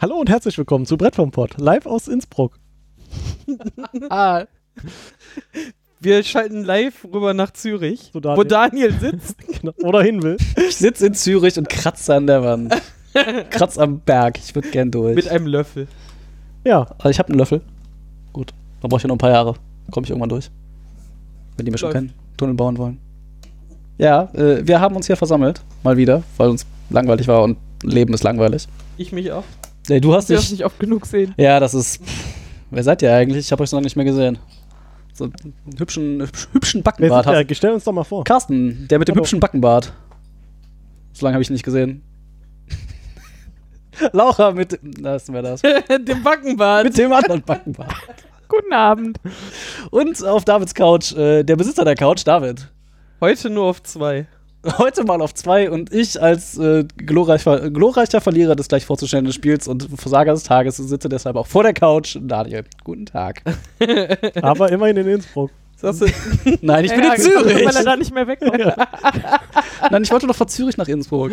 Hallo und herzlich willkommen zu Brett vom Pott, live aus Innsbruck. Ah. Wir schalten live rüber nach Zürich, Zu wo Daniel. Daniel sitzt. Genau. Oder hin will. Ich sitze in Zürich und kratze an der Wand. Kratz am Berg. Ich würde gern durch. Mit einem Löffel. Ja, Aber ich habe einen Löffel. Gut. Dann brauche ich ja noch ein paar Jahre. Komme ich irgendwann durch. Wenn die mir schon Läuft. keinen Tunnel bauen wollen. Ja, äh, wir haben uns hier versammelt. Mal wieder, weil uns langweilig war und Leben ist langweilig. Ich mich auch. Nee, du hast Du darfst dich. nicht oft genug sehen. Ja, das ist. Wer seid ihr eigentlich? Ich habe euch so lange nicht mehr gesehen. So einen hübschen, hübsch- hübschen wer Backenbart. sind hast- der? Stell uns doch mal vor. Carsten, der mit dem Hallo. hübschen Backenbart. So lange habe ich ihn nicht gesehen. Laura mit. Lassen wir das. Dem Backenbart. Mit dem anderen Backenbart. Guten Abend. Und auf Davids Couch, äh, der Besitzer der Couch, David. Heute nur auf zwei. Heute mal auf zwei und ich als äh, glorreich, glorreicher Verlierer des gleich vorzustellenden Spiels und Versager des Tages sitze deshalb auch vor der Couch. Daniel, guten Tag. Aber immerhin in Innsbruck. Sagst du, Nein, ich bin in genau. genau. Weil er Zürich. da nicht mehr wegkommt. Nein, ich wollte noch von Zürich nach Innsbruck.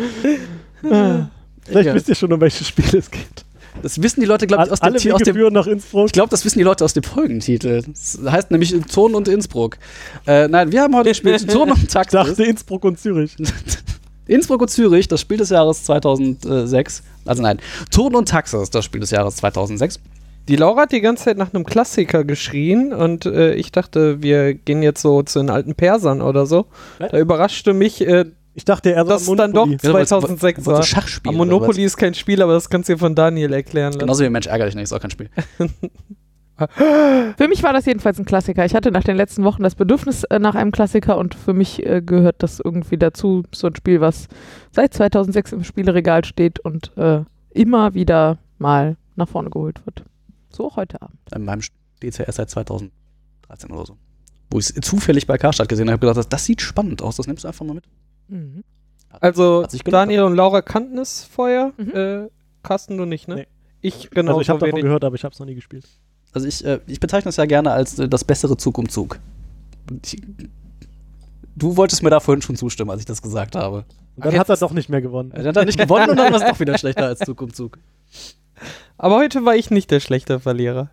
Vielleicht Ja. wisst ihr schon, um welches Spiel es geht. Das wissen die Leute, glaube ich, aus dem, Alle Ti- aus Wege dem führen nach Innsbruck. Ich glaube, das wissen die Leute aus dem Folgentitel. Das heißt nämlich Zonen und Innsbruck. Äh, nein, wir haben heute gespielt Zonen und Ich Taxis. dachte Innsbruck und Zürich. Innsbruck und Zürich, das Spiel des Jahres 2006. Also nein, Zonen und Taxis, das Spiel des Jahres 2006. Die Laura hat die ganze Zeit nach einem Klassiker geschrien und äh, ich dachte, wir gehen jetzt so zu den alten Persern oder so. Was? Da überraschte mich, äh, Ich dachte eher so dass an es dann doch Monopoly. Ja, aber es- 2006 aber so war. Schachspiel Am oder Monopoly ist kein Spiel, aber das kannst du dir von Daniel erklären lassen. Genauso wie Mensch ärgere dich nicht, ist auch kein Spiel. Genau. Für mich war das jedenfalls ein Klassiker. Ich hatte nach den letzten Wochen das Bedürfnis äh, nach einem Klassiker und für mich äh, gehört das irgendwie dazu. So ein Spiel, was seit 2006 im Spieleregal steht und äh, immer wieder mal nach vorne geholt wird. So auch heute Abend. In meinem DCS seit 2013 oder so. Wo ich es zufällig bei Karstadt gesehen habe, gedacht, das sieht spannend aus, das nimmst du einfach mal mit. Mhm. Also Hat sich gelohnt. Daniel und Laura kannten es vorher, Mhm. äh, Carsten du nicht, ne? Nee. Ich genau. also ich habe so davon wenig. gehört, aber ich habe es noch nie gespielt. Also ich, äh, ich bezeichne es ja gerne als äh, das bessere Zug um Zug. Und Ich, du wolltest mir da vorhin schon zustimmen, als ich das gesagt habe. Und dann Ach, hat er doch nicht mehr gewonnen. Dann hat er nicht gewonnen und dann war es doch wieder schlechter als Zug um Zug. Aber heute war ich nicht der schlechte Verlierer.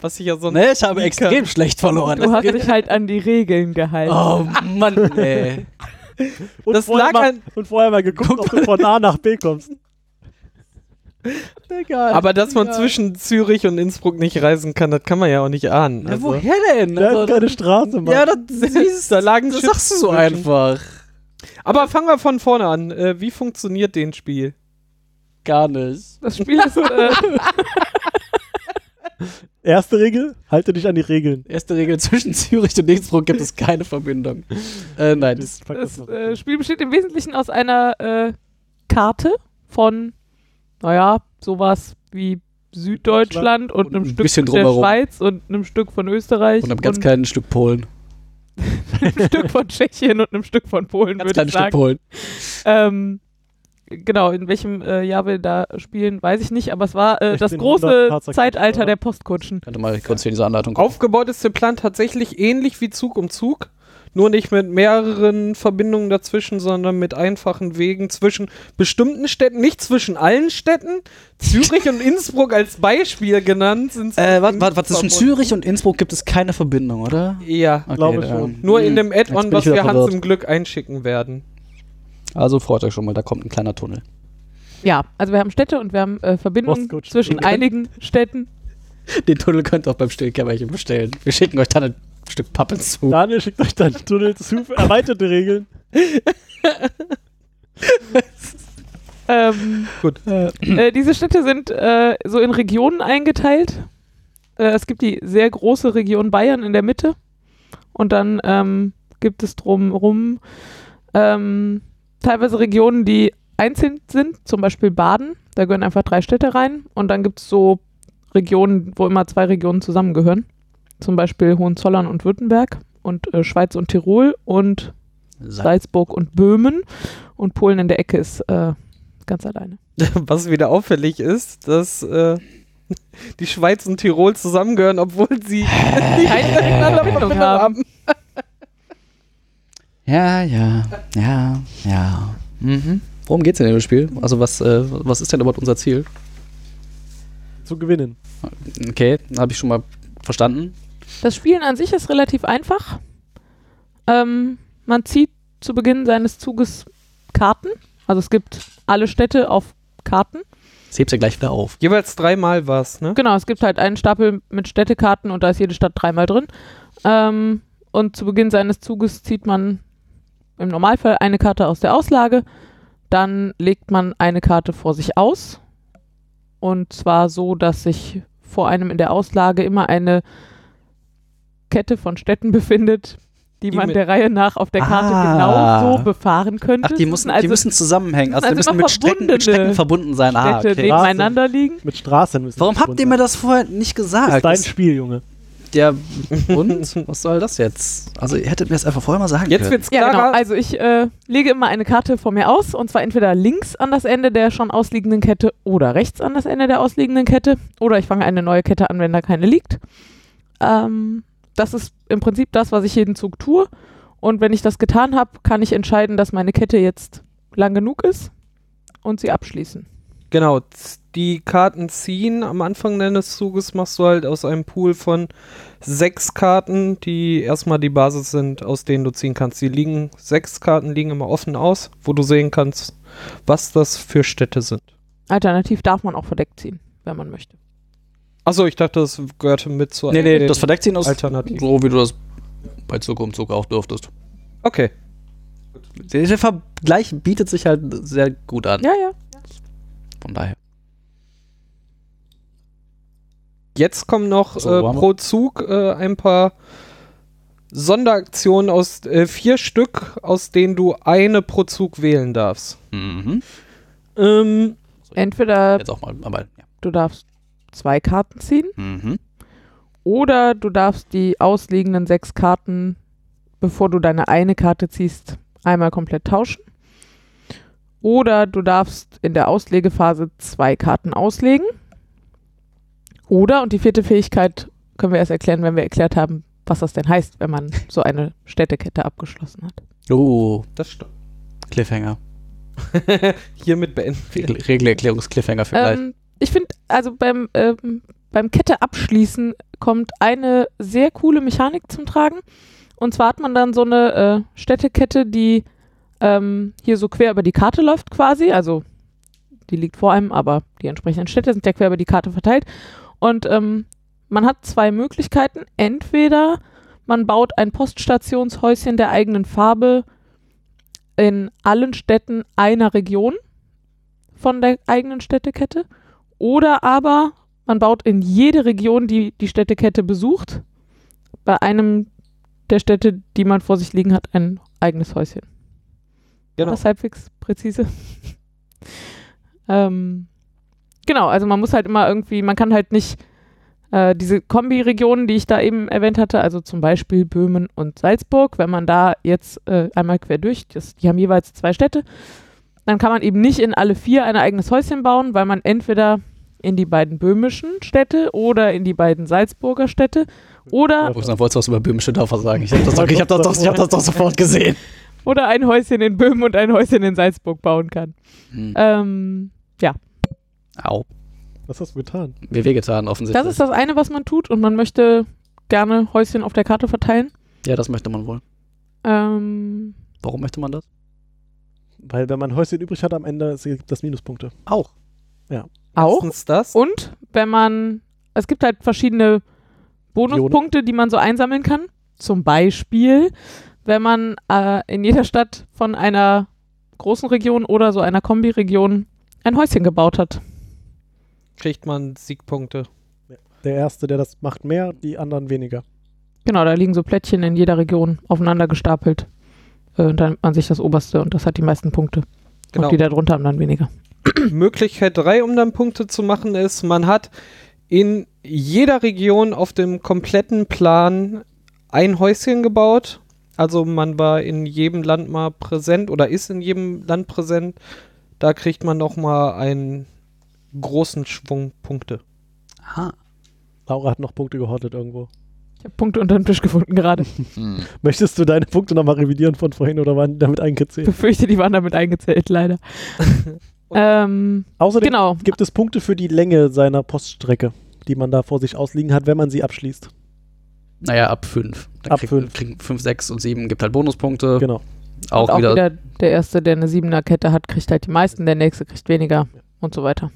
Was ich ja sonst. Ne, ich habe Wie extrem kann- schlecht verloren. Du hast dich halt an die Regeln gehalten. oh Mann, ey. Und, Das vorher lag mal, an- und vorher mal geguckt, ob du von A nach B kommst. Egal. Aber dass man zwischen Zürich und Innsbruck nicht reisen kann, das kann man ja auch nicht ahnen. Ja, Also, woher denn? Da ist Also, keine Straße, Mann. ja, das, siehst, Da lagen das Chips sagst du so zwischen. einfach. Aber fangen wir von vorne an. Äh, wie funktioniert den Spiel? Gar nicht. Das Spiel ist, äh, Erste Regel, halte dich an die Regeln. Erste Regel, zwischen Zürich und Innsbruck gibt es keine Verbindung. Äh, nein, das, Das, fuck das das noch. äh, Spiel besteht im Wesentlichen aus einer äh, Karte von, naja, sowas wie Süddeutschland und, Und einem ein Stück bisschen der drumherum. Schweiz und einem Stück von Österreich und einem ganz kleinen Stück Polen. einem Stück von Tschechien und einem Stück von Polen, Ganz würde kleines ich Stück sagen. Polen. Ähm, genau, in welchem äh, Jahr wir da spielen, weiß ich nicht, aber es war äh, das 1600 große Fahrzeugkutschen, Zeitalter oder? der Postkutschen. Könnte mal kurz für diese Anleitung gucken. Aufgebaut ist der Plan tatsächlich ähnlich wie Zug um Zug, nur nicht mit mehreren Verbindungen dazwischen, sondern mit einfachen Wegen zwischen bestimmten Städten, nicht zwischen allen Städten. Zürich und Innsbruck als Beispiel genannt sind. Äh, warte, warte, warte, zwischen Zürich und Innsbruck gibt es keine Verbindung, oder? Ja, Okay, Glaube dann- schon. nur in Hm. dem Jetzt Add-on, bin was ich wieder wir Hans verwirrt. im Glück einschicken werden. Also freut euch schon mal, da kommt ein kleiner Tunnel. Ja, also wir haben Städte und wir haben äh, Verbindungen Postkutschen. zwischen einigen Städten. Den Tunnel könnt ihr auch beim Stillkämmerchen bestellen. Wir schicken euch dann ein Stück Pappe zu. Daniel schickt euch dann Tunnel zu, für erweiterte Regeln. Ähm, Gut. äh, diese Städte sind äh, so in Regionen eingeteilt. Äh, es gibt die sehr große Region Bayern in der Mitte und dann ähm, gibt es drumherum ähm, teilweise Regionen, die einzeln sind, zum Beispiel Baden, da gehören einfach drei Städte rein und dann gibt es so Regionen, wo immer zwei Regionen zusammengehören, zum Beispiel Hohenzollern und Württemberg und äh, Schweiz und Tirol und Salzburg und Böhmen und Polen in der Ecke ist äh, ganz alleine. Was wieder auffällig ist, dass äh, die Schweiz und Tirol zusammengehören, obwohl sie nicht miteinander Verbindung Verbindung haben. haben. Ja, ja, ja, ja. Mhm. Worum geht's denn in dem Spiel? Also was, äh, was ist denn überhaupt unser Ziel? zu gewinnen. Okay, habe ich schon mal verstanden. Das Spielen an sich ist relativ einfach. Ähm, man zieht zu Beginn seines Zuges Karten. Also es gibt alle Städte auf Karten. Das hebt ja gleich wieder auf. Jeweils dreimal was, ne? Genau, es gibt halt einen Stapel mit Städtekarten und da ist jede Stadt dreimal drin. Ähm, und zu Beginn seines Zuges zieht man im Normalfall eine Karte aus der Auslage. Dann legt man eine Karte vor sich aus. Und zwar so, dass sich vor einem in der Auslage immer eine Kette von Städten befindet, die, Die man mit- der Reihe nach auf der Karte Ah. genau so befahren könnte. Ach, die Es müssen, also die müssen zusammenhängen. Also, also die müssen immer mit Strecken, mit verbundene Strecken verbunden sein. Ah, Städte okay. nebeneinander liegen. Mit Straßen müssen Warum wir habt ihr mir das vorher nicht Das ist gesagt? dein Spiel, Junge. ja, und? Was soll das jetzt? Also, ihr hättet mir das einfach vorher mal sagen Jetzt können. wird's Ja, klarer. genau. Also ich äh, lege immer eine Karte vor mir aus und zwar entweder links an das Ende der schon ausliegenden Kette oder rechts an das Ende der ausliegenden Kette oder ich fange eine neue Kette an, wenn da keine liegt. Ähm, das ist im Prinzip das, was ich jeden Zug tue und wenn ich das getan habe, kann ich entscheiden, dass meine Kette jetzt lang genug ist und sie abschließen. Genau, z- die Karten ziehen. Am Anfang deines Zuges machst du halt aus einem Pool von sechs Karten, die erstmal die Basis sind, aus denen du ziehen kannst. Die liegen, sechs Karten liegen immer offen aus, wo du sehen kannst, was das für Städte sind. Alternativ darf man auch verdeckt ziehen, wenn man möchte. Achso, ich dachte, das gehörte mit zur Nee, nee, den das Verdeckziehen ist Alternativen. so, wie du das bei Zug um Zug auch durftest. Okay. Der Vergleich bietet sich halt sehr gut an. Ja, ja. Von daher. Jetzt kommen noch Also, äh, wo haben wir- pro Zug äh, ein paar Sonderaktionen aus äh, vier Stück, aus denen du eine pro Zug wählen darfst. Mhm. Ähm, Entweder Jetzt auch mal. Aber, ja. du darfst zwei Karten ziehen mhm. Oder du darfst die ausliegenden sechs Karten, bevor du deine eine Karte ziehst, einmal komplett tauschen. Oder du darfst in der Auslegephase zwei Karten auslegen. Oder, und die vierte Fähigkeit können wir erst erklären, wenn wir erklärt haben, was das denn heißt, wenn man so eine Städtekette abgeschlossen hat. Oh, das stimmt. Cliffhanger. Hiermit beenden wir. Regel- Regelerklärungs-Cliffhanger vielleicht. Ähm, ich finde, also beim, ähm, beim Kette abschließen kommt eine sehr coole Mechanik zum Tragen. Und zwar hat man dann so eine äh, Städtekette, die ähm, hier so quer über die Karte läuft quasi. Also die liegt vor einem, aber die entsprechenden Städte sind ja quer über die Karte verteilt. Und ähm, man hat zwei Möglichkeiten. Entweder man baut ein Poststationshäuschen der eigenen Farbe in allen Städten einer Region von der eigenen Städtekette. Oder aber man baut in jede Region, die die Städtekette besucht, bei einem der Städte, die man vor sich liegen hat, ein eigenes Häuschen. Genau. Das ist halbwegs präzise. ähm, genau, also man muss halt immer irgendwie, man kann halt nicht äh, diese Kombi-Regionen, die ich da eben erwähnt hatte, also zum Beispiel Böhmen und Salzburg, wenn man da jetzt äh, einmal quer durch, das, die haben jeweils zwei Städte, dann kann man eben nicht in alle vier ein eigenes Häuschen bauen, weil man entweder in die beiden böhmischen Städte oder in die beiden Salzburger Städte oder Ich wolltest du was über böhmische Dörfer sagen? Ich hab das doch, ich hab das doch, ich hab das doch sofort gesehen. oder ein Häuschen in Böhmen und ein Häuschen in Salzburg bauen kann. Hm. Ähm, Au. Was hast du getan? Mir wehgetan, offensichtlich. das ist das eine, was man tut und man möchte gerne Häuschen auf der Karte verteilen. ja, das möchte man wohl. Ähm, Warum möchte man das? Weil wenn man Häuschen übrig hat am Ende, gibt das Minuspunkte. Auch. auch. Erstens das. Und wenn man, es gibt halt verschiedene Bonuspunkte, die man so einsammeln kann. Zum Beispiel, wenn man äh, in jeder Stadt von einer großen Region oder so einer Kombi-Region ein Häuschen gebaut hat. kriegt man Siegpunkte. Der Erste, der das macht, mehr, die anderen weniger. Genau, da liegen so Plättchen in jeder Region aufeinander gestapelt. Äh, Und dann nimmt man sich das oberste und das hat die meisten Punkte. Genau. Und die da drunter haben dann weniger. Möglichkeit 3, um dann Punkte zu machen, ist, man hat in jeder Region auf dem kompletten Plan ein Häuschen gebaut. Also man war in jedem Land mal präsent oder ist in jedem Land präsent. Da kriegt man noch mal einen großen Schwung Punkte. Aha. Laura hat noch Punkte gehortet irgendwo. Ich habe Punkte unter dem Tisch gefunden gerade. Möchtest du deine Punkte nochmal revidieren von vorhin oder waren die damit Ich eingezählt? befürchte, die waren damit eingezählt, leider. Ähm, Außerdem genau. gibt es Punkte für die Länge seiner Poststrecke, die man da vor sich ausliegen hat, wenn man sie abschließt. Naja, ab 5. Ab kriegen fünf. kriegen 5, 6 und 7 gibt halt Bonuspunkte. Genau. Auch, und auch wieder, wieder, der Erste, der eine siebener Kette hat, kriegt halt die meisten, der Nächste kriegt weniger und so weiter.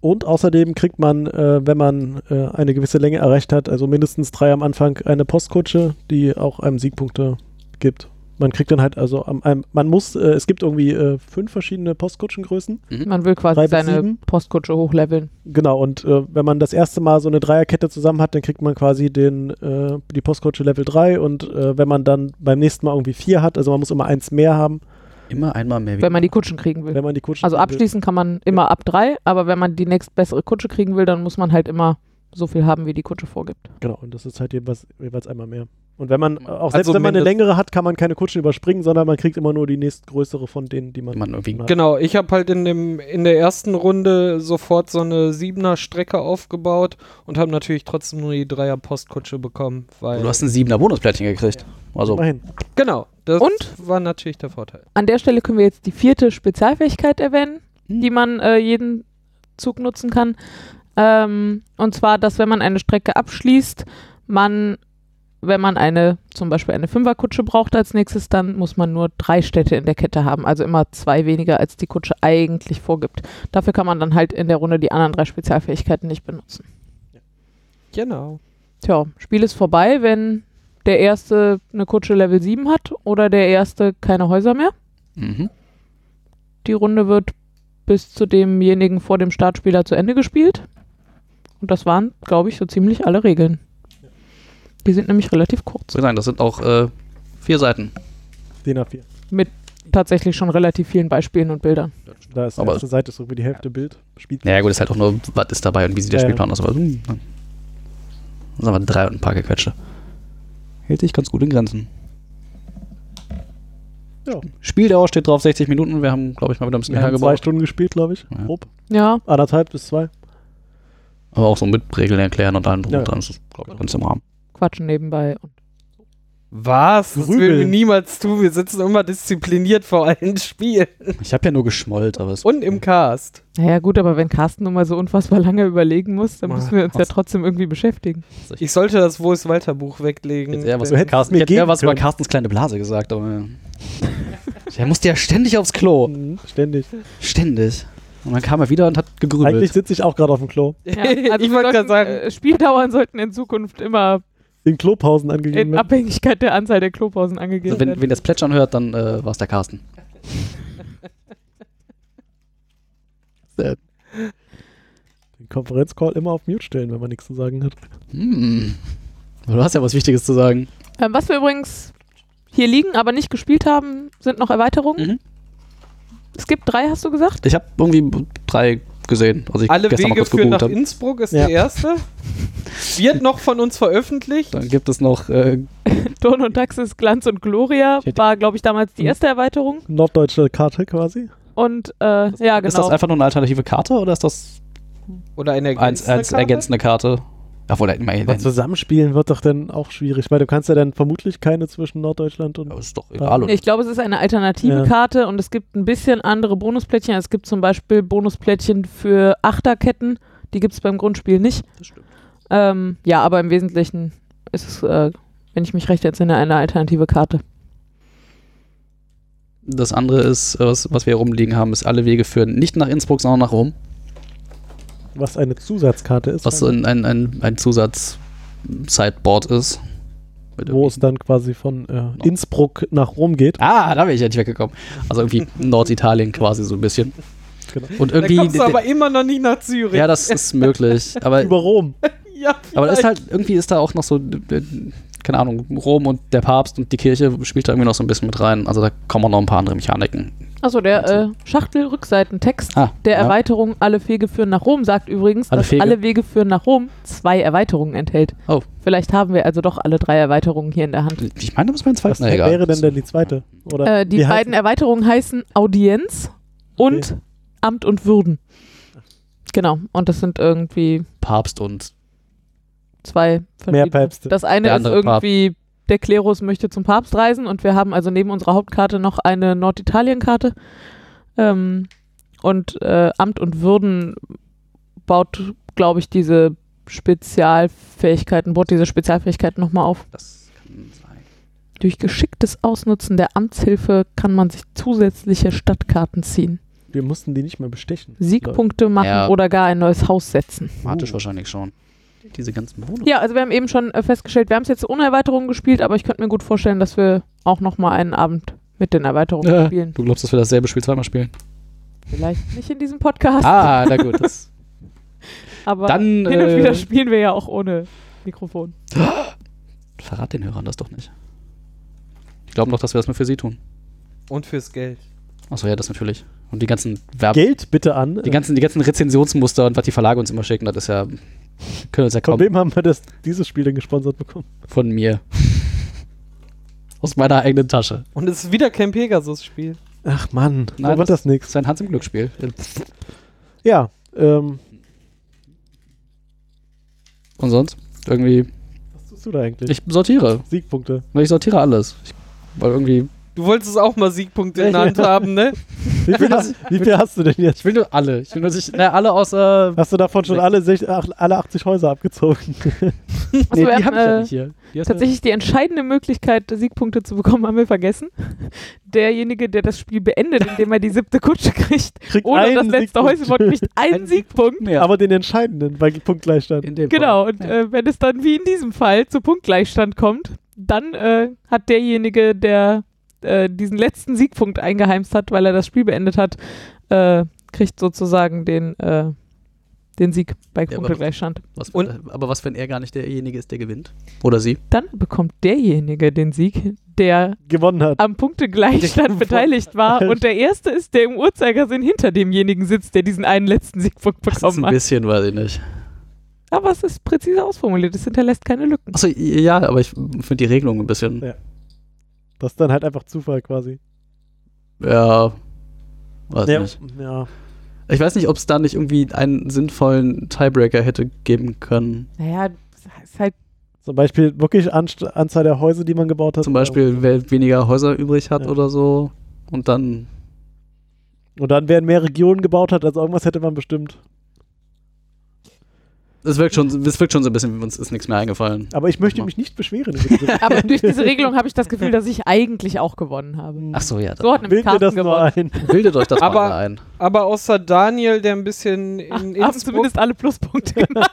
Und außerdem kriegt man, äh, wenn man äh, eine gewisse Länge erreicht hat, also mindestens drei am Anfang, eine Postkutsche, die auch einem Siegpunkte gibt. Man kriegt dann halt, also am, am, man muss, äh, es gibt irgendwie äh, fünf verschiedene Postkutschengrößen. Man will Drei quasi bis seine sieben? Postkutsche hochleveln. Genau, und äh, wenn man das erste Mal so eine Dreierkette zusammen hat, dann kriegt man quasi den, äh, die Postkutsche Level 3 und äh, wenn man dann beim nächsten Mal irgendwie vier hat, also man muss immer eins mehr haben, immer einmal mehr. Wenn man die Kutschen kriegen will. wenn man die Kutschen. Also abschließen kann man immer ab drei, aber wenn man die nächst bessere Kutsche kriegen will, dann muss man halt immer so viel haben, wie die Kutsche vorgibt. Genau, und das ist halt jeweils, jeweils einmal mehr. Und wenn man, äh, auch Also selbst wenn man eine mindest- längere hat, kann man keine Kutschen überspringen, sondern man kriegt immer nur die nächstgrößere von denen, die man. man irgendwie Ja. Genau, ich habe halt in, dem, in der ersten Runde sofort so eine Siebener Strecke aufgebaut und habe natürlich trotzdem nur die Dreier Postkutsche bekommen, weil Du hast ein 7er Bonusplättchen gekriegt. Also, Immerhin. genau, das Und? war natürlich der Vorteil. An der Stelle können wir jetzt die vierte Spezialfähigkeit erwähnen, die man äh, jeden Zug nutzen kann. Ähm, und zwar, dass wenn man eine Strecke abschließt, man, wenn man eine, zum Beispiel eine Fünferkutsche braucht als nächstes, dann muss man nur drei Städte in der Kette haben, also immer zwei weniger, als die Kutsche eigentlich vorgibt. Dafür kann man dann halt in der Runde die anderen drei Spezialfähigkeiten nicht benutzen. Genau. Tja, Spiel ist vorbei, wenn der erste eine Kutsche Level 7 hat oder der erste keine Häuser mehr. mhm. Die Runde wird bis zu demjenigen vor dem Startspieler zu Ende gespielt. Und das waren, glaube ich, so ziemlich alle Regeln. Die sind nämlich relativ kurz. soll ich sagen, das sind auch äh, vier Seiten. Den A4. Mit tatsächlich schon relativ vielen Beispielen und Bildern. Da ist die Aber- erste Seite, ist irgendwie die Hälfte Bild. Spielt. Naja, gut, ist halt auch nur, was ist dabei und wie sieht der Ja, ja. Spielplan aus. Aber, hm, dann sagen wir drei und ein paar gequetschte. Hält sich ganz gut in Grenzen. Ja. Spieldauer steht drauf 60 Minuten. Wir haben, glaube ich, mal wieder ein bisschen Wir länger haben zwei gebraucht. Stunden gespielt, glaube ich. genau. Ja. Grob. Ja, Anderthalb bis zwei. Aber auch so mit Regeln erklären und allem drum Ja. und dran. Das ist, glaube ich, ganz im Rahmen. quatschen nebenbei. Und Was? Das würden Grübel. wir niemals tun. Wir sitzen immer diszipliniert vor allen Spielen. Ich habe ja nur geschmollt, aber es Und im Cast. naja, gut, aber wenn Carsten nun mal so unfassbar lange überlegen muss, dann Mal müssen wir uns ja was. trotzdem irgendwie beschäftigen. Ich sollte das Wo ist Walter Buch weglegen. Jetzt eher was- Du hättest Carsten, Also mir ich hätte eher geben was über können. Carstens kleine Blase gesagt, aber. Der musste ja ständig aufs Klo. Mhm, ständig. Ständig. Und dann kam er wieder und hat gegrübelt. Eigentlich sitze ich auch gerade auf dem Klo. Ja, also ich wollte gerade sollten, sagen, äh, Spieldauern sollten in Zukunft immer In Klopausen angegeben. in werden. Abhängigkeit der Anzahl der Klopausen angegeben also wenn, werden. wenn das Plätschern hört, dann äh, war es der Carsten. Den Konferenzcall immer auf Mute stellen, wenn man nichts zu sagen hat. Hm. Du hast ja was Wichtiges zu sagen. Ähm, was wir übrigens hier liegen, aber nicht gespielt haben, sind noch Erweiterungen. Mhm. Es gibt drei, hast du gesagt? Ich habe irgendwie drei gesehen. Also ich Alle gestern mal Wege kurz führen gegoogelt nach habe. Innsbruck ist Ja. der erste. Wird noch von uns veröffentlicht. Dann gibt es noch äh, Don und Taxis, Glanz und Gloria Ich hätte- war, glaube ich, damals die Mhm. erste Erweiterung. Norddeutsche Karte quasi. Und äh, ja, Ist das genau. einfach nur eine alternative Karte oder ist das Oder eine als, ergänzende als Karte? ergänzende Karte? Obwohl, ich meine, Aber zusammenspielen wird doch dann auch schwierig, weil du kannst ja dann vermutlich keine zwischen Norddeutschland und. ja, ist doch egal. oder? Ich glaube, es ist eine alternative Ja. Karte und es gibt ein bisschen andere Bonusplättchen. Es gibt zum Beispiel Bonusplättchen für Achterketten. Die gibt es beim Grundspiel nicht. Das stimmt. Ähm, ja, aber im Wesentlichen ist es, äh, wenn ich mich recht entsinne, eine alternative Karte. Das andere ist, äh, was, was wir hier rumliegen haben, ist alle Wege führen nicht nach Innsbruck, sondern nach Rom. Was eine Zusatzkarte ist. Was so ein, ein, ein, ein Zusatz-Sideboard ist. Mit wo irgendwie- es dann quasi von äh, Innsbruck nach Rom geht. Ah, da bin ich ja nicht weggekommen. Also irgendwie Norditalien quasi so ein bisschen. Genau. Und Da irgendwie. kommst du aber immer noch nicht nach Zürich. ja, das ist möglich. Aber, Über Rom. Ja, aber das ist vielleicht. halt, irgendwie ist da auch noch so, äh, keine Ahnung, Rom und der Papst und die Kirche spielt da irgendwie noch so ein bisschen mit rein. Also da kommen auch noch ein paar andere Mechaniken. Achso, der äh, Schachtelrückseitentext Ah, der ja. Erweiterung Alle Wege führen nach Rom sagt übrigens, Alle dass Wege? Alle Wege führen nach Rom zwei Erweiterungen enthält. Oh. Vielleicht haben wir also doch alle drei Erweiterungen hier in der Hand. Ich meine, das war ein zweites. Was wäre denn denn die zweite? Oder Äh, die wie heißt- beiden Erweiterungen heißen Audienz und Amt und Würden. Genau, und das sind irgendwie Papst und zwei verschiedene. Päpste. Das eine Der ist andere irgendwie, der Klerus möchte zum Papst reisen und wir haben also neben unserer Hauptkarte noch eine Norditalien-Karte Ähm, und äh, Amt und Würden baut, glaube ich, diese Spezialfähigkeiten, baut diese Spezialfähigkeiten nochmal auf. Das kann sein. Durch geschicktes Ausnutzen der Amtshilfe kann man sich zusätzliche Stadtkarten ziehen, Wir mussten die nicht mal bestechen. Siegpunkte machen Ja. oder gar ein neues Haus setzen. Automatisch wahrscheinlich schon. Diese ganzen Bonus. Ja, also wir haben eben schon äh, festgestellt, wir haben es jetzt ohne Erweiterung gespielt, aber ich könnte mir gut vorstellen, dass wir auch nochmal einen Abend mit den Erweiterungen Äh, spielen. Du glaubst, dass wir dasselbe Spiel zweimal spielen? Vielleicht nicht in diesem Podcast, Ah, na gut. Das, aber dann hin und wieder äh, spielen wir ja auch ohne Mikrofon. verrat den Hörern das doch nicht. Die glauben doch, dass wir das nur für sie tun. Und fürs Geld. Achso, ja, das natürlich. Und die ganzen Werb Geld bitte an. die ganzen, die ganzen Rezensionsmuster und was die Verlage uns immer schicken, das ist ja. Können wir uns ja Äh, Von kaum wem haben wir das, dieses Spiel denn gesponsert bekommen? von mir. Aus meiner eigenen Tasche. Und es ist wieder kein Pegasus-Spiel. Ach Mann, Nein, da wird das Das nichts. ist ein Hans im Glücksspiel. Ja, ähm, Und sonst? Irgendwie. was tust du da eigentlich? Ich sortiere. Siegpunkte. Ich sortiere alles. Ich, weil irgendwie. Du wolltest auch mal Siegpunkte in der Hand haben, ne? Wie viel, hast, wie viel hast du denn jetzt? Ich will nur alle. Ich will nur sich. Na, alle außer. Hast du davon schon Nee. alle, sech- ach, alle 80 Häuser abgezogen? Also wir die haben, hab ich ja äh, nicht hier. Die hast du- Tatsächlich die entscheidende Möglichkeit, Siegpunkte zu bekommen, haben wir vergessen. Derjenige, der das Spiel beendet, indem er die siebte Kutsche kriegt, Kriegt ohne einen das letzte Siegpunkt. Häuselwort, kriegt einen Einen Siegpunkt. mehr. Aber den entscheidenden, weil Punktgleichstand. in dem Genau, Fall. und Ja. äh, wenn es dann wie in diesem Fall zu Punktgleichstand kommt, dann äh, hat derjenige, der äh, diesen letzten Siegpunkt eingeheimst hat, weil er das Spiel beendet hat, äh, kriegt sozusagen den, äh, den Sieg bei aber- Punktgleichstand. Was, Und- äh, aber was, wenn er gar nicht derjenige ist, der gewinnt? Oder sie? Dann bekommt derjenige den Sieg, der Gewonnen hat. am Punktegleichstand beteiligt war und der Erste ist, der im Uhrzeigersinn hinter demjenigen sitzt, der diesen einen letzten Siegpunkt bekommen hat. bisschen, weiß ich nicht. Aber es ist präzise ausformuliert, es hinterlässt keine Lücken. Achso, ja, aber ich finde die Regelung ein bisschen. Das ist dann halt einfach Zufall quasi. Ja. Weiß Ja, nicht. ja. Ich weiß nicht, ob es da nicht irgendwie einen sinnvollen Tiebreaker hätte geben können. Naja, es ist halt Zum Beispiel wirklich Anst Anzahl der Häuser, die man gebaut hat. Zum Beispiel, wer weniger Häuser übrig hat Ja. oder so. Und dann. Und dann werden mehr Regionen gebaut hat, also irgendwas hätte man bestimmt. Es wirkt schon, es wirkt schon so ein bisschen, wie uns ist nichts mehr eingefallen. Aber ich möchte Mach mal. mich nicht beschweren. in diesem Sinne. Aber durch diese Regelung habe ich das Gefühl, dass ich eigentlich auch gewonnen habe. Achso, ja. So Dann hat nämlich Hm. Bild mir das Carsten nur gewonnen. ein. bildet euch das Aber- mal ein. Aber außer Daniel, der ein bisschen Ach, in haben Innsbruck, zumindest alle Pluspunkte gemacht.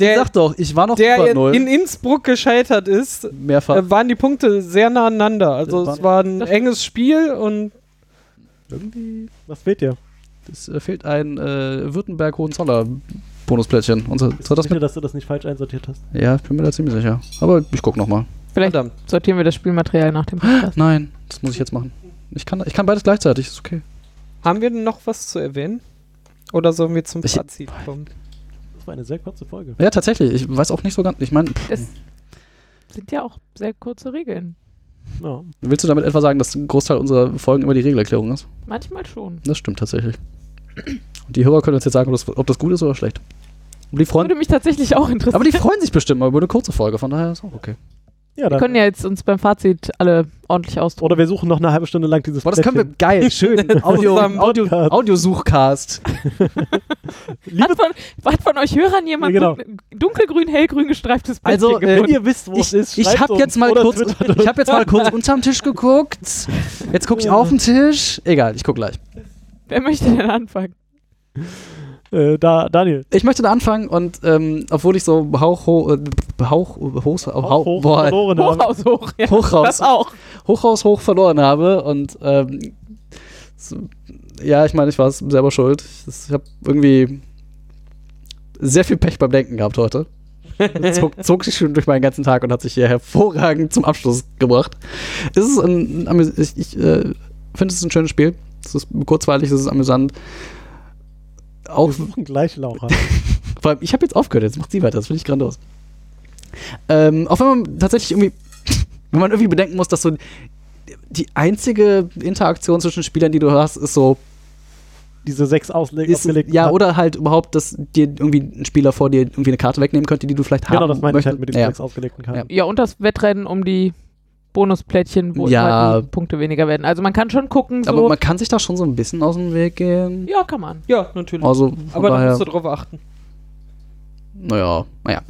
der, Sag doch, ich war noch der über in, null. in Innsbruck gescheitert ist, Mehrfach. äh, waren die Punkte sehr nah aneinander. Also Das es war ein enges Spiel und Irgendwie. Was fehlt dir? Es äh, fehlt ein äh, Württemberg-Hohenzoller-Bonusplättchen. Unser soll das Sicher, dass du das nicht falsch einsortiert hast. Ja, ich bin mir da ziemlich sicher. Aber ich guck nochmal. Vielleicht verdammt. sortieren wir das Spielmaterial nach dem Podcast. Nein, das muss ich jetzt machen. Ich kann, ich kann beides gleichzeitig, ist okay. Haben wir noch was zu erwähnen? Oder sollen wir zum Ich- Fazit kommen? Das war eine sehr kurze Folge. Ja, tatsächlich. Ich weiß auch nicht so ganz. Ich meine, Es Hm. sind ja auch sehr kurze Regeln. Ja. willst du damit etwa sagen, dass ein Großteil unserer Folgen immer die Regelerklärung ist? Manchmal schon. Das stimmt tatsächlich. Und die Hörer können uns jetzt sagen, ob das, ob das gut ist oder schlecht. Und die freuen, Würde mich tatsächlich auch interessieren. aber die freuen sich bestimmt mal über eine kurze Folge, von daher ist auch okay. ja wir dann. können ja jetzt uns beim Fazit alle ordentlich ausdrucken. Oder wir suchen noch eine halbe Stunde lang dieses Boah, das können wir Plättchen. geil, schön. Audio, Zusammen Audio, Podcast. Audiosuchcast. Hat von, hat von euch Hörern jemand Ja, genau. dun- dunkelgrün, hellgrün gestreiftes Plättchen Also, äh, Wenn gefunden? ihr wisst, wo es Ich, ist, ich schreibt habe uns jetzt mal oder kurz, twittert ich habe jetzt mal kurz unterm Tisch geguckt. Jetzt gucke ich auf den Tisch. Egal, ich guck gleich. Wer möchte denn anfangen? Äh, da, Daniel. Ich möchte da anfangen und ähm, obwohl ich so hauch, ho, äh, hauch, hauch, hauch, hoch, Oh, boah, verloren haben. Hochhaus hoch. Ja, hoch raus, das auch. hoch raus, hoch verloren habe und ähm, so, ja, ich meine, ich war es selber schuld. Ich, das- ich habe irgendwie sehr viel Pech beim Denken gehabt heute. Das zog, zog sich schon durch meinen ganzen Tag und hat sich hier hervorragend zum Abschluss gebracht. Es ist ein, amüs- ich, ich äh, finde es ist ein schönes Spiel. Es ist kurzweilig, es ist amüsant. Auch Wir suchen gleich Laura. vor allem, ich habe jetzt aufgehört, jetzt macht sie weiter, das finde ich grandios. Ähm, auch wenn man tatsächlich irgendwie, wenn man irgendwie bedenken muss, dass so die einzige Interaktion zwischen Spielern, die du hast, ist so, Diese sechs Auslegungen. ist, ja, oder halt überhaupt, dass dir irgendwie ein Spieler vor dir irgendwie eine Karte wegnehmen könnte, die du vielleicht Genau, haben das meine ich möchtest. halt mit den ja. sechs ausgelegten Karten. Ja, und das Wettrennen um die Bonusplättchen, wo Ja. immer die Punkte weniger werden. Also man kann schon gucken, so. Aber man kann sich da schon so ein bisschen aus dem Weg gehen. ja, kann man. Ja, natürlich. Also, von Aber da daher, musst du drauf achten. naja, naja.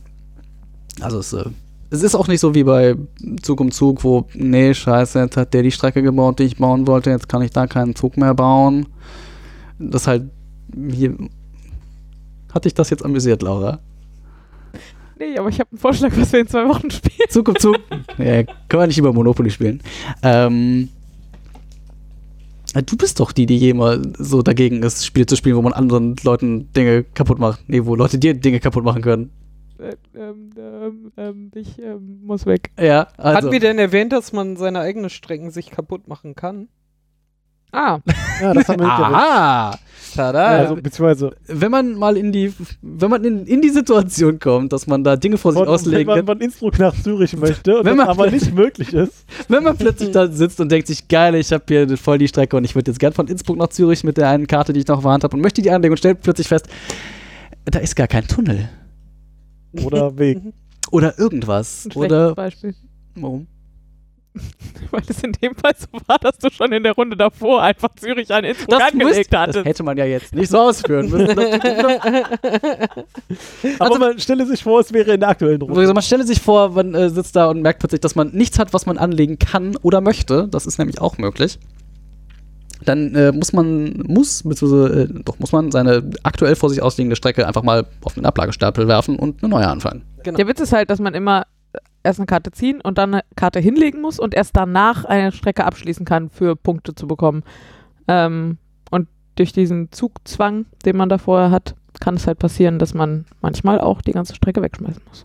Also, es, äh, es ist auch nicht so wie bei Zug um Zug, wo, nee, scheiße, jetzt hat der die Strecke gebaut, die ich bauen wollte, jetzt kann ich da keinen Zug mehr bauen. Das halt, hier, hat dich das jetzt amüsiert, Laura? Nee, aber ich habe einen Vorschlag, was wir in zwei Wochen spielen. Zug um Zug. ja, können wir nicht über Monopoly spielen. Ähm, äh, du bist doch die, die jemand so dagegen ist, Spiele zu spielen, wo man anderen Leuten Dinge kaputt macht. Nee, wo Leute dir Dinge kaputt machen können. Äh, ähm, ähm, ähm, ich ähm, muss weg. Ja, also. Hat mir denn erwähnt, dass man seine eigenen Strecken sich kaputt machen kann? Ah, Ja, das haben wir mitgekriegt. Aha! Ja, Tada! also, beziehungsweise, wenn man mal in die, wenn man in, in die Situation kommt, dass man da Dinge vor sich von, wenn auslegen man kann, von Innsbruck nach Zürich möchte und Wenn das man- aber nicht möglich ist. wenn man plötzlich da sitzt und denkt sich, geil, ich habe hier voll die Strecke und ich würde jetzt gern von Innsbruck nach Zürich mit der einen Karte, die ich noch warnt habe, und möchte die anlegen und stellt plötzlich fest, da ist gar kein Tunnel. Oder Weg. Oder irgendwas. ein schlechtes Oder. oh, Beispiel. Warum? Weil es in dem Fall so war, dass du schon in der Runde davor einfach Zürich an Innsbruck angelegt das hattest. hätte man ja jetzt nicht so ausführen müssen. Aber man stelle sich vor, es wäre in der aktuellen Runde. Also man stelle sich vor, man äh, sitzt da und merkt plötzlich, dass man nichts hat, was man anlegen kann oder möchte. Das ist nämlich auch möglich. Dann äh, muss man, muss, beziehungsweise, äh, doch muss man seine aktuell vor sich ausliegende Strecke einfach mal auf den Ablagestapel werfen und eine neue anfangen. Der Witz ist halt, dass man immer erst eine Karte ziehen und dann eine Karte hinlegen muss und erst danach eine Strecke abschließen kann, für Punkte zu bekommen. Ähm, und durch diesen Zugzwang, den man da vorher hat, kann es halt passieren, dass man manchmal auch die ganze Strecke wegschmeißen muss.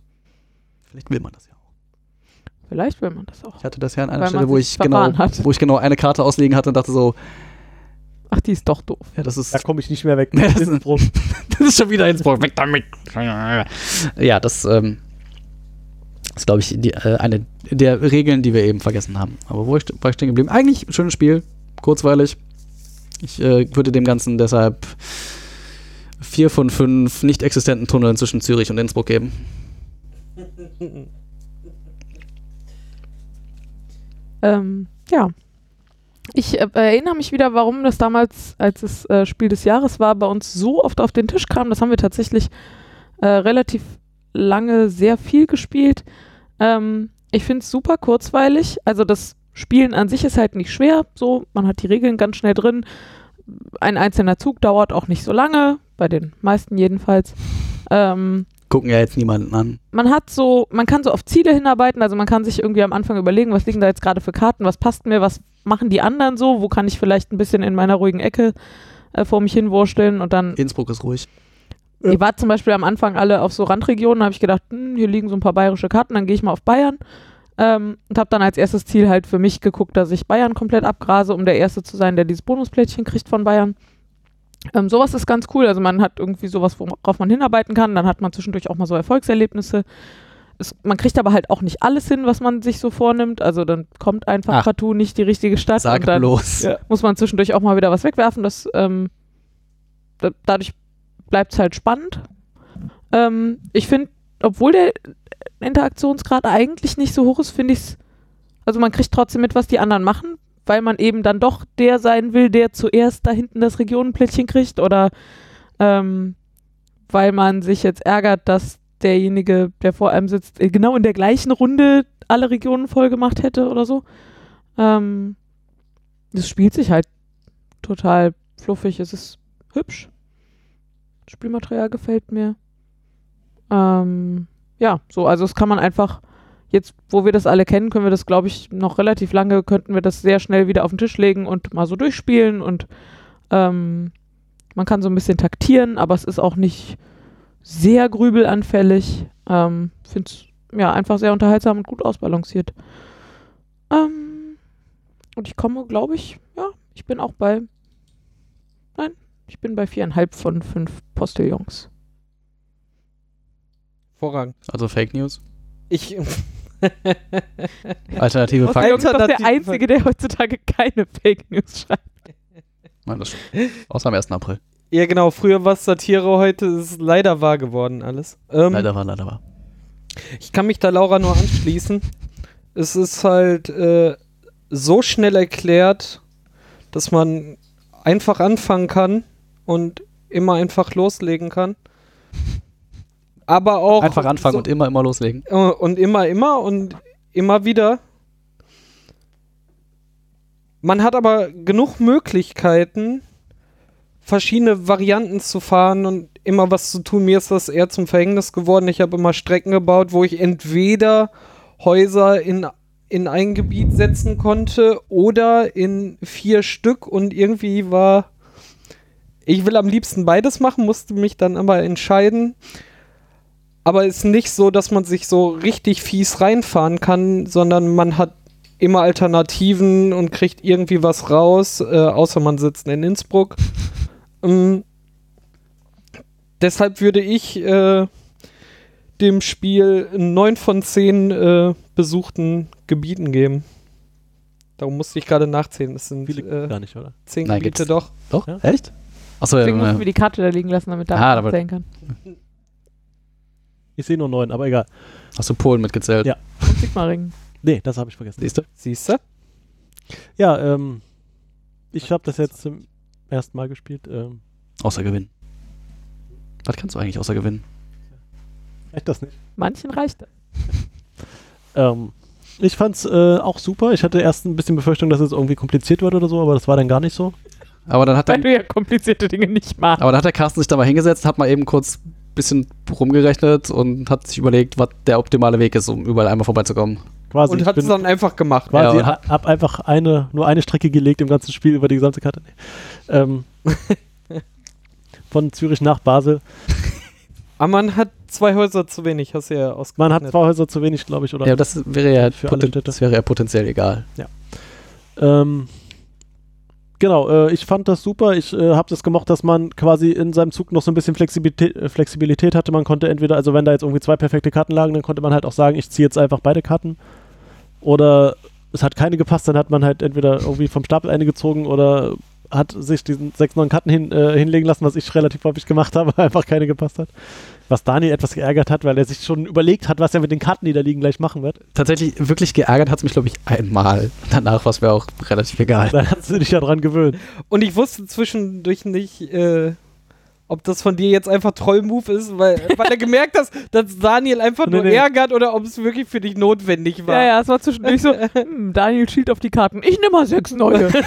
Vielleicht will man das ja auch. Vielleicht will man das auch. Ich hatte das ja an einer Weil Stelle, man wo sich ich, genau, verfahren hat. wo ich genau eine Karte auslegen hatte und dachte so, Ach, die ist doch doof. ja, das ist Da komme ich nicht mehr weg. Nee, das ist- Innsbruck. Das ist schon wieder Innsbruck. Weg damit. Ja, das ähm, ist, glaube ich, die, äh, eine der Regeln, die wir eben vergessen haben. Aber wo ich, st- war ich stehen geblieben? Eigentlich ein schönes Spiel, kurzweilig. Ich äh, würde dem Ganzen deshalb vier von fünf nicht existenten Tunneln zwischen Zürich und Innsbruck geben. Ähm, ja. Ich äh, erinnere mich wieder, warum das damals, als es äh, Spiel des Jahres war, bei uns so oft auf den Tisch kam. Das haben wir tatsächlich äh, relativ lange sehr viel gespielt. Ähm, ich finde es super kurzweilig. Also das Spielen an sich ist halt nicht schwer. So, man hat die Regeln ganz schnell drin. Ein einzelner Zug dauert auch nicht so lange, bei den meisten jedenfalls. Ähm, Gucken ja jetzt niemanden an. man hat so, man kann so auf Ziele hinarbeiten, also man kann sich irgendwie am Anfang überlegen, was liegen da jetzt gerade für Karten, was passt mir, was machen die anderen so, wo kann ich vielleicht ein bisschen in meiner ruhigen Ecke äh, vor mich hinwursteln und dann, Innsbruck ist ruhig. Ja. ihr wart zum Beispiel am Anfang alle auf so Randregionen, habe ich gedacht, hm, hier liegen so ein paar bayerische Karten, dann gehe ich mal auf Bayern ähm, und habe dann als erstes Ziel halt für mich geguckt, dass ich Bayern komplett abgrase, um der Erste zu sein, der dieses Bonusplättchen kriegt von Bayern. Ähm, sowas ist ganz cool, also man hat irgendwie sowas, worauf man hinarbeiten kann, dann hat man zwischendurch auch mal so Erfolgserlebnisse es, man kriegt aber halt auch nicht alles hin, was man sich so vornimmt. Also dann kommt einfach Ach. partout nicht die richtige Stadt Sag und dann bloß. Ja. muss man zwischendurch auch mal wieder was wegwerfen. Das, ähm, da, dadurch bleibt es halt spannend. Ähm, ich finde, obwohl der Interaktionsgrad eigentlich nicht so hoch ist, finde ich es, also man kriegt trotzdem mit, was die anderen machen, weil man eben dann doch der sein will, der zuerst da hinten das Regionenplättchen kriegt oder ähm, weil man sich jetzt ärgert, dass derjenige, der vor einem sitzt, äh, genau in der gleichen Runde alle Regionen voll gemacht hätte oder so. Ähm, das spielt sich halt total fluffig. Es ist hübsch. Das Spielmaterial gefällt mir. Ähm, ja, so, also das kann man einfach, jetzt wo wir das alle kennen, können wir das, glaube ich, noch relativ lange, könnten wir das sehr schnell wieder auf den Tisch legen und mal so durchspielen und ähm, man kann so ein bisschen taktieren, aber es ist auch nicht sehr grübelanfällig. Ähm, Finde es ja einfach sehr unterhaltsam und gut ausbalanciert. Ähm, und ich komme, glaube ich, ja, ich bin auch bei. Nein, ich bin bei viereinhalb von fünf Posteljungs. Vorrang. Also Fake News. Ich. Alternative Was? Fakten. Posteljungs ist doch der Alternativ- Einzige, der heutzutage keine Fake News schreibt. Ähm, Nein, das stimmt. Außer am 1. April. ja, genau. Früher war es Satire, heute ist leider wahr geworden alles. Ähm, Leider war, leider war. Ich kann mich da Laura nur anschließen. es ist halt äh, so schnell erklärt, dass man einfach anfangen kann und immer einfach loslegen kann. Aber auch Einfach anfangen so, und immer, immer loslegen. äh, und immer, immer und immer wieder. Man hat aber genug Möglichkeiten, verschiedene Varianten zu fahren und immer was zu tun. Mir ist das eher zum Verhängnis geworden. Ich habe immer Strecken gebaut, wo ich entweder Häuser in, in ein Gebiet setzen konnte oder in vier Stück und irgendwie war. Ich will am liebsten beides machen, musste mich dann aber entscheiden. Aber es ist nicht so, dass man sich so richtig fies reinfahren kann, sondern man hat immer Alternativen und kriegt irgendwie was raus, äh, außer man sitzt in Innsbruck. ähm, deshalb würde ich äh, dem Spiel 9 von 10 äh, besuchten Gebieten geben. Darum musste ich gerade nachzählen. Es sind Viele äh, gar nicht, oder? 10 Nein, Gebiete gibt's- doch. Doch? Ja. Echt? Achso, ja, Deswegen mussten wir äh, die Karte da liegen lassen, damit Ah, da aber- zählen kann. Ich sehe nur neun, aber egal. hast du Polen mitgezählt? Ja. Und Sigmaringen. Nee, das habe ich vergessen. Siehst du? Siehst du? Ja, ähm, ich habe das jetzt zum ersten Mal gespielt. Ähm, Außer gewinnen. Was kannst du eigentlich außer gewinnen? echt das nicht. Manchen reicht das. Ähm, ich fand's äh, auch super. Ich hatte erst ein bisschen Befürchtung, dass es irgendwie kompliziert wird oder so, aber das war dann gar nicht so. Aber dann hat Weil der, du ja komplizierte Dinge nicht magst. aber dann hat der Carsten sich da mal hingesetzt, hat mal eben kurz ein bisschen rumgerechnet und hat sich überlegt, was der optimale Weg ist, um überall einmal vorbeizukommen. Quasi. Und Also ich hat es bin dann einfach gemacht. quasi Ja, und hat- hab einfach eine, nur eine Strecke gelegt im ganzen Spiel über die gesamte Karte. Nee. Ähm, von Zürich nach Basel. Aber Ah, man hat zwei Häuser zu wenig, hast du ja Man ausgerechnet. hat zwei Häuser zu wenig, glaube ich, oder? Ja, das wäre ja, Für ne? alle poten- Städte. das wäre ja potenziell egal. Ähm, genau, äh, ich fand das super. Ich äh, habe das gemocht, dass man quasi in seinem Zug noch so ein bisschen Flexibilität, äh, Flexibilität hatte. Man konnte entweder, also wenn da jetzt irgendwie zwei perfekte Karten lagen, dann konnte man halt auch sagen, ich ziehe jetzt einfach beide Karten. Oder es hat keine gepasst, dann hat man halt entweder irgendwie vom Stapel eine gezogen oder hat sich diesen sechs neuen Karten hin, äh, hinlegen lassen, was ich relativ häufig gemacht habe, weil einfach keine gepasst hat. Was Daniel etwas geärgert hat, weil er sich schon überlegt hat, was er mit den Karten, die da liegen, gleich machen wird. Tatsächlich, wirklich geärgert hat es mich, glaube ich, einmal. Danach war es mir auch relativ egal. Dann hast du dich ja dran gewöhnt. Und ich wusste zwischendurch nicht, äh, ob das von dir jetzt einfach Trollmove ist, weil, weil er gemerkt hast, dass Daniel einfach Nee, nur nee. ärgert oder ob es wirklich für dich notwendig war. Ja, ja, es war zwischendurch so, hm, Daniel schielt auf die Karten. Ich nehme mal sechs neue.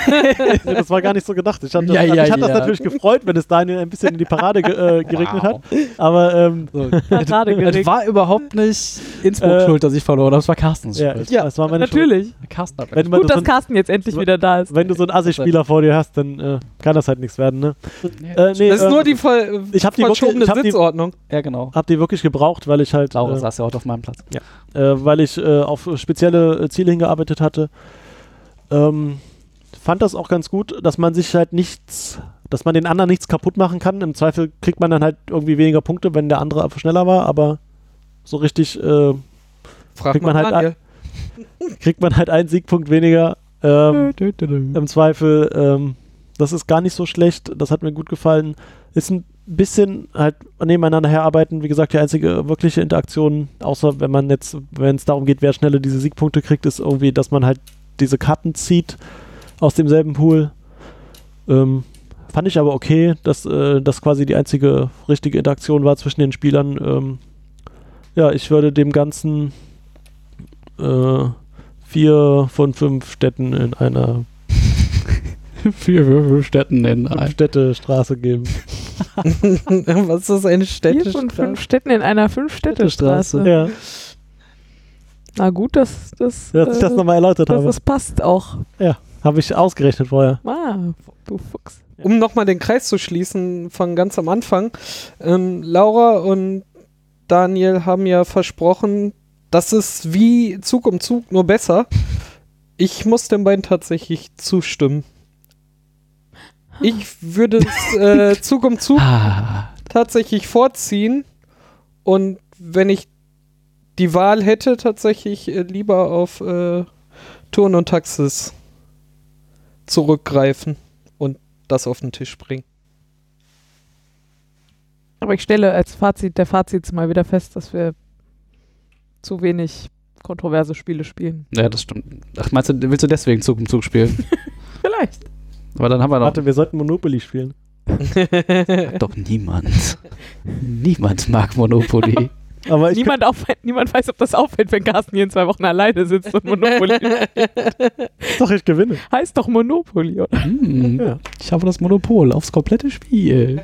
Ja, das war gar nicht so gedacht. Ich hatte, Ja, mich ja, hat das ja. natürlich gefreut, wenn es Daniel ein bisschen in die Parade ge äh, geregnet Wow. hat. Aber ähm, So. Gerade Es geregt. war überhaupt nicht Innsbruck Äh, schuld, dass ich verloren habe. Es war Carstens ja, schuld. ich, es war meine Schuld. Natürlich. Carsten hat Wenn, man Gut, so dass ein, Carsten jetzt endlich wieder da ist. wenn du so einen Assi-Spieler vor dir hast, dann äh, kann das halt nichts werden. Ne? Ja. Äh, nee, Das ist ähm, nur die ver ich hab die wirklich- verschobene ich hab die- Sitzordnung. ja, genau. hab die wirklich gebraucht, weil ich halt, Laura äh, saß ja auch auf meinem Platz. äh, weil ich äh, auf spezielle äh, Ziele hingearbeitet hatte. Ähm, fand das auch ganz gut, dass man sich halt nichts, dass man den anderen nichts kaputt machen kann. Im Zweifel kriegt man dann halt irgendwie weniger Punkte, wenn der andere schneller war, aber so richtig äh, Frag Kriegt mal man halt Daniel. kriegt man halt einen Siegpunkt weniger. Mhm. Ähm, Im Zweifel, ähm, das ist gar nicht so schlecht. Das hat mir gut gefallen. Ist ein bisschen halt nebeneinander herarbeiten. Wie gesagt, die einzige wirkliche Interaktion, außer wenn man jetzt, wenn es darum geht, wer schneller diese Siegpunkte kriegt, ist irgendwie, dass man halt diese Karten zieht aus demselben Pool. Ähm, fand ich aber okay, dass äh, das quasi die einzige richtige Interaktion war zwischen den Spielern. Ähm, ja, ich würde dem Ganzen äh, vier von fünf Städten in einer Vier, vier Städten in Städtestraße geben. Was ist das, eine Vier von fünf Städtestraße? Städten in einer Fünf-Städte-Straße. Ja, Na gut, dass, dass, dass ich das äh, nochmal erläutert dass habe. es passt auch. Habe ich ausgerechnet vorher. Ah, du Fuchs. Um nochmal den Kreis zu schließen von ganz am Anfang. Ähm, Laura und Daniel haben ja versprochen, das ist wie Zug um Zug, nur besser. Ich muss den beiden tatsächlich zustimmen. Ich würde es, äh, Zug um Zug Ah, tatsächlich vorziehen und wenn ich die Wahl hätte, tatsächlich äh, lieber auf äh, Turn und Taxis zurückgreifen und das auf den Tisch bringen. Aber ich stelle als Fazit der Fazits mal wieder fest, dass wir zu wenig kontroverse Spiele spielen. Ja, das stimmt. Ach, meinst du, willst du deswegen Zug um Zug spielen? Vielleicht. Aber dann haben wir noch. Warte, wir sollten Monopoly spielen. Doch niemand. niemand mag Monopoly. Aber ich Niemand, auffällt, niemand weiß, ob das auffällt, wenn Carsten hier in zwei Wochen alleine sitzt und Monopoly. könnte doch, ich gewinne. heißt doch Monopoly, oder? Hm, Ja. Ich habe das Monopol aufs komplette Spiel.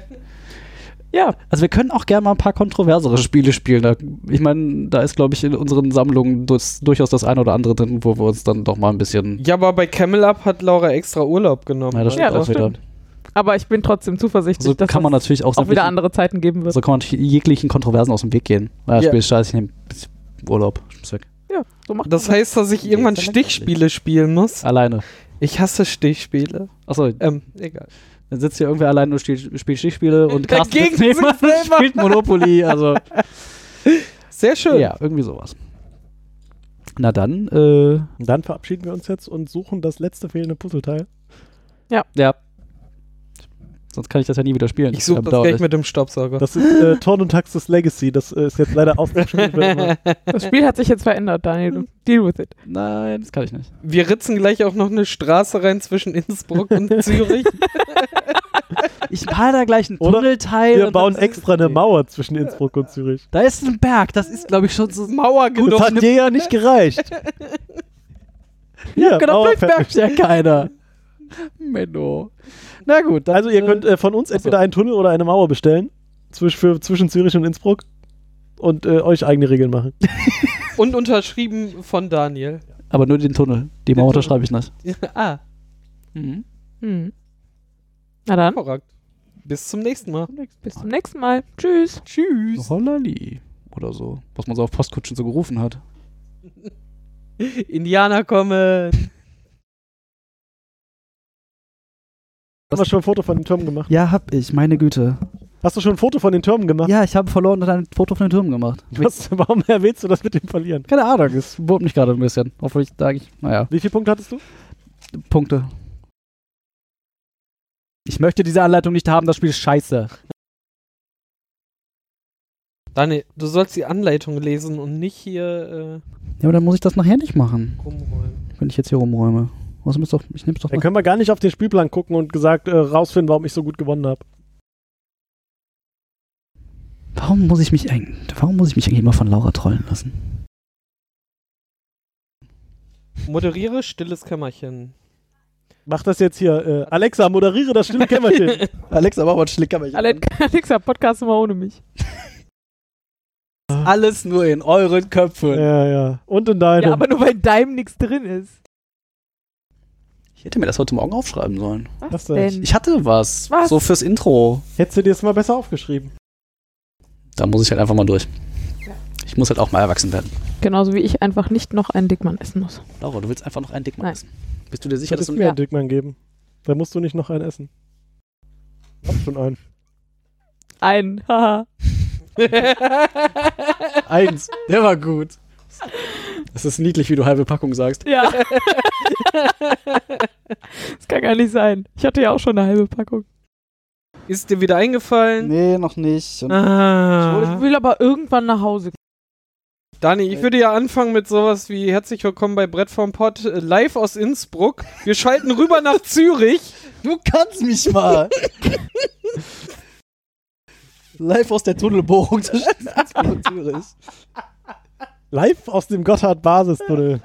Ja, Also wir können auch gerne mal ein paar kontroversere Spiele spielen. Da, ich meine, da ist, glaube ich, in unseren Sammlungen durchaus- durchaus das eine oder andere drin, wo wir uns dann doch mal ein bisschen... Ja, aber bei Camel Up hat Laura extra Urlaub genommen. ne? Ja, das Ja, stimmt auch das wieder. stimmt. aber ich bin trotzdem zuversichtlich, So dass kann man es natürlich auch, auch wieder sämtlichen- andere Zeiten geben wird. So kann man jeglichen Kontroversen aus dem Weg gehen. Ja, Ja. Spiel ist scheiße, ich nehme Urlaub. Ist weg. ja, so macht Das man heißt, dass ich irgendwann Stichspiele spielen muss. Alleine. Ich hasse Stichspiele. Achso, Ähm, egal. dann sitzt hier irgendwer alleine und spielt spielt Stichspiele und Carsten Dagegen sitzt nebenan sind und spielt Monopoly. Also, Sehr schön. ja, irgendwie sowas. Na dann, äh, Und dann verabschieden wir uns jetzt und suchen das letzte fehlende Puzzleteil. ja. Sonst kann ich das ja nie wieder spielen. Ich suche Ja, das bedauerlich. gleich mit dem Staubsauger. Das ist äh, Torn und Taxis Legacy. Das äh, ist jetzt leider ausgespielt. wird immer. Das Spiel hat sich jetzt verändert, Daniel. Deal with it. Nein, das kann ich nicht. Wir ritzen gleich auch noch eine Straße rein zwischen Innsbruck und Zürich. Ich war da gleich einen Oder Tunnelteil. Wir und bauen dann- extra eine Mauer zwischen Innsbruck und Zürich. Da ist ein Berg, das ist, glaube ich, schon so. Mauer Gut, genug. das hat dir ja nicht gereicht. Ja, Genau, Mauer fünf fertig. merkt ja keiner. Menno. Na gut, dann, Also ihr äh, könnt äh, von uns Achso. entweder einen Tunnel oder eine Mauer bestellen. Zwisch, für, zwischen Zürich und Innsbruck. Und äh, euch eigene Regeln machen. Und unterschrieben von Daniel. Aber nur den Tunnel. Die Mauer Tunnel. unterschreibe ich nicht. ah, Mhm. Hm. Na dann, hervorragend. Bis zum nächsten Mal. bis zum nächsten Mal. Tschüss. Tschüss. Hollali. Oder so. Was man so auf Postkutschen so gerufen hat. Indianer kommen. Hast du schon ein Foto von den Türmen gemacht? Ja, hab ich. Meine Güte. Hast du schon ein Foto von den Türmen gemacht? Ja, ich habe verloren und ein Foto von den Türmen gemacht. Was, warum erwähnst du das mit dem Verlieren? Keine Ahnung, es wurmt mich gerade ein bisschen. Obwohl ich sage, ich, naja, Wie viele Punkte hattest du? Punkte. Ich möchte diese Anleitung nicht haben, das Spiel ist scheiße. Daniel, du sollst die Anleitung lesen und nicht hier Ja, aber dann muss ich das nachher nicht machen, äh, rumholen. wenn ich jetzt hier rumräume. Außerdem ist doch, ich nehm's doch Dann nach. können wir gar nicht auf den Spielplan gucken und gesagt äh, rausfinden, warum ich so gut gewonnen habe. Warum muss ich mich eigentlich, warum muss ich mich eigentlich immer von Laura trollen lassen? Moderiere stilles Kämmerchen. Mach das jetzt hier. Äh, Alexa, moderiere das stille Kämmerchen. Alexa, mach mal Schlicker, ich Ale- Alexa, Podcast immer ohne mich. Alles nur in euren Köpfen. ja, ja. Und in deinem. Ja, aber nur weil in deinem nichts drin ist. Ich hätte mir das heute Morgen aufschreiben sollen. Was, Was denn? denn? Ich hatte was. Was? So fürs Intro. Hättest du dir das mal besser aufgeschrieben. Da muss ich halt einfach mal durch. Ich muss halt auch mal erwachsen werden. Genauso wie ich einfach nicht noch einen Dickmann essen muss. Laura, du willst einfach noch einen Dickmann Nein. essen. Bist du dir Ich sicher, dass hättest du mir ja. einen Dickmann geben. Da musst du nicht noch einen essen. Ich hab schon einen. Ein, haha. eins? Der war gut. Das ist niedlich, wie du halbe Packung sagst. Ja. das kann gar nicht sein. Ich hatte ja auch schon eine halbe Packung. Ist dir wieder eingefallen? Nee, noch nicht. Ich Ah. will aber irgendwann nach Hause. Dani, ich würde ja anfangen mit sowas wie herzlich willkommen bei Brett vom Pott äh, live aus Innsbruck. Wir schalten rüber nach Zürich. Du kannst mich mal. Live aus der Tunnelbohrung zwischen Zürich. Live aus dem Gotthard-Basistunnel.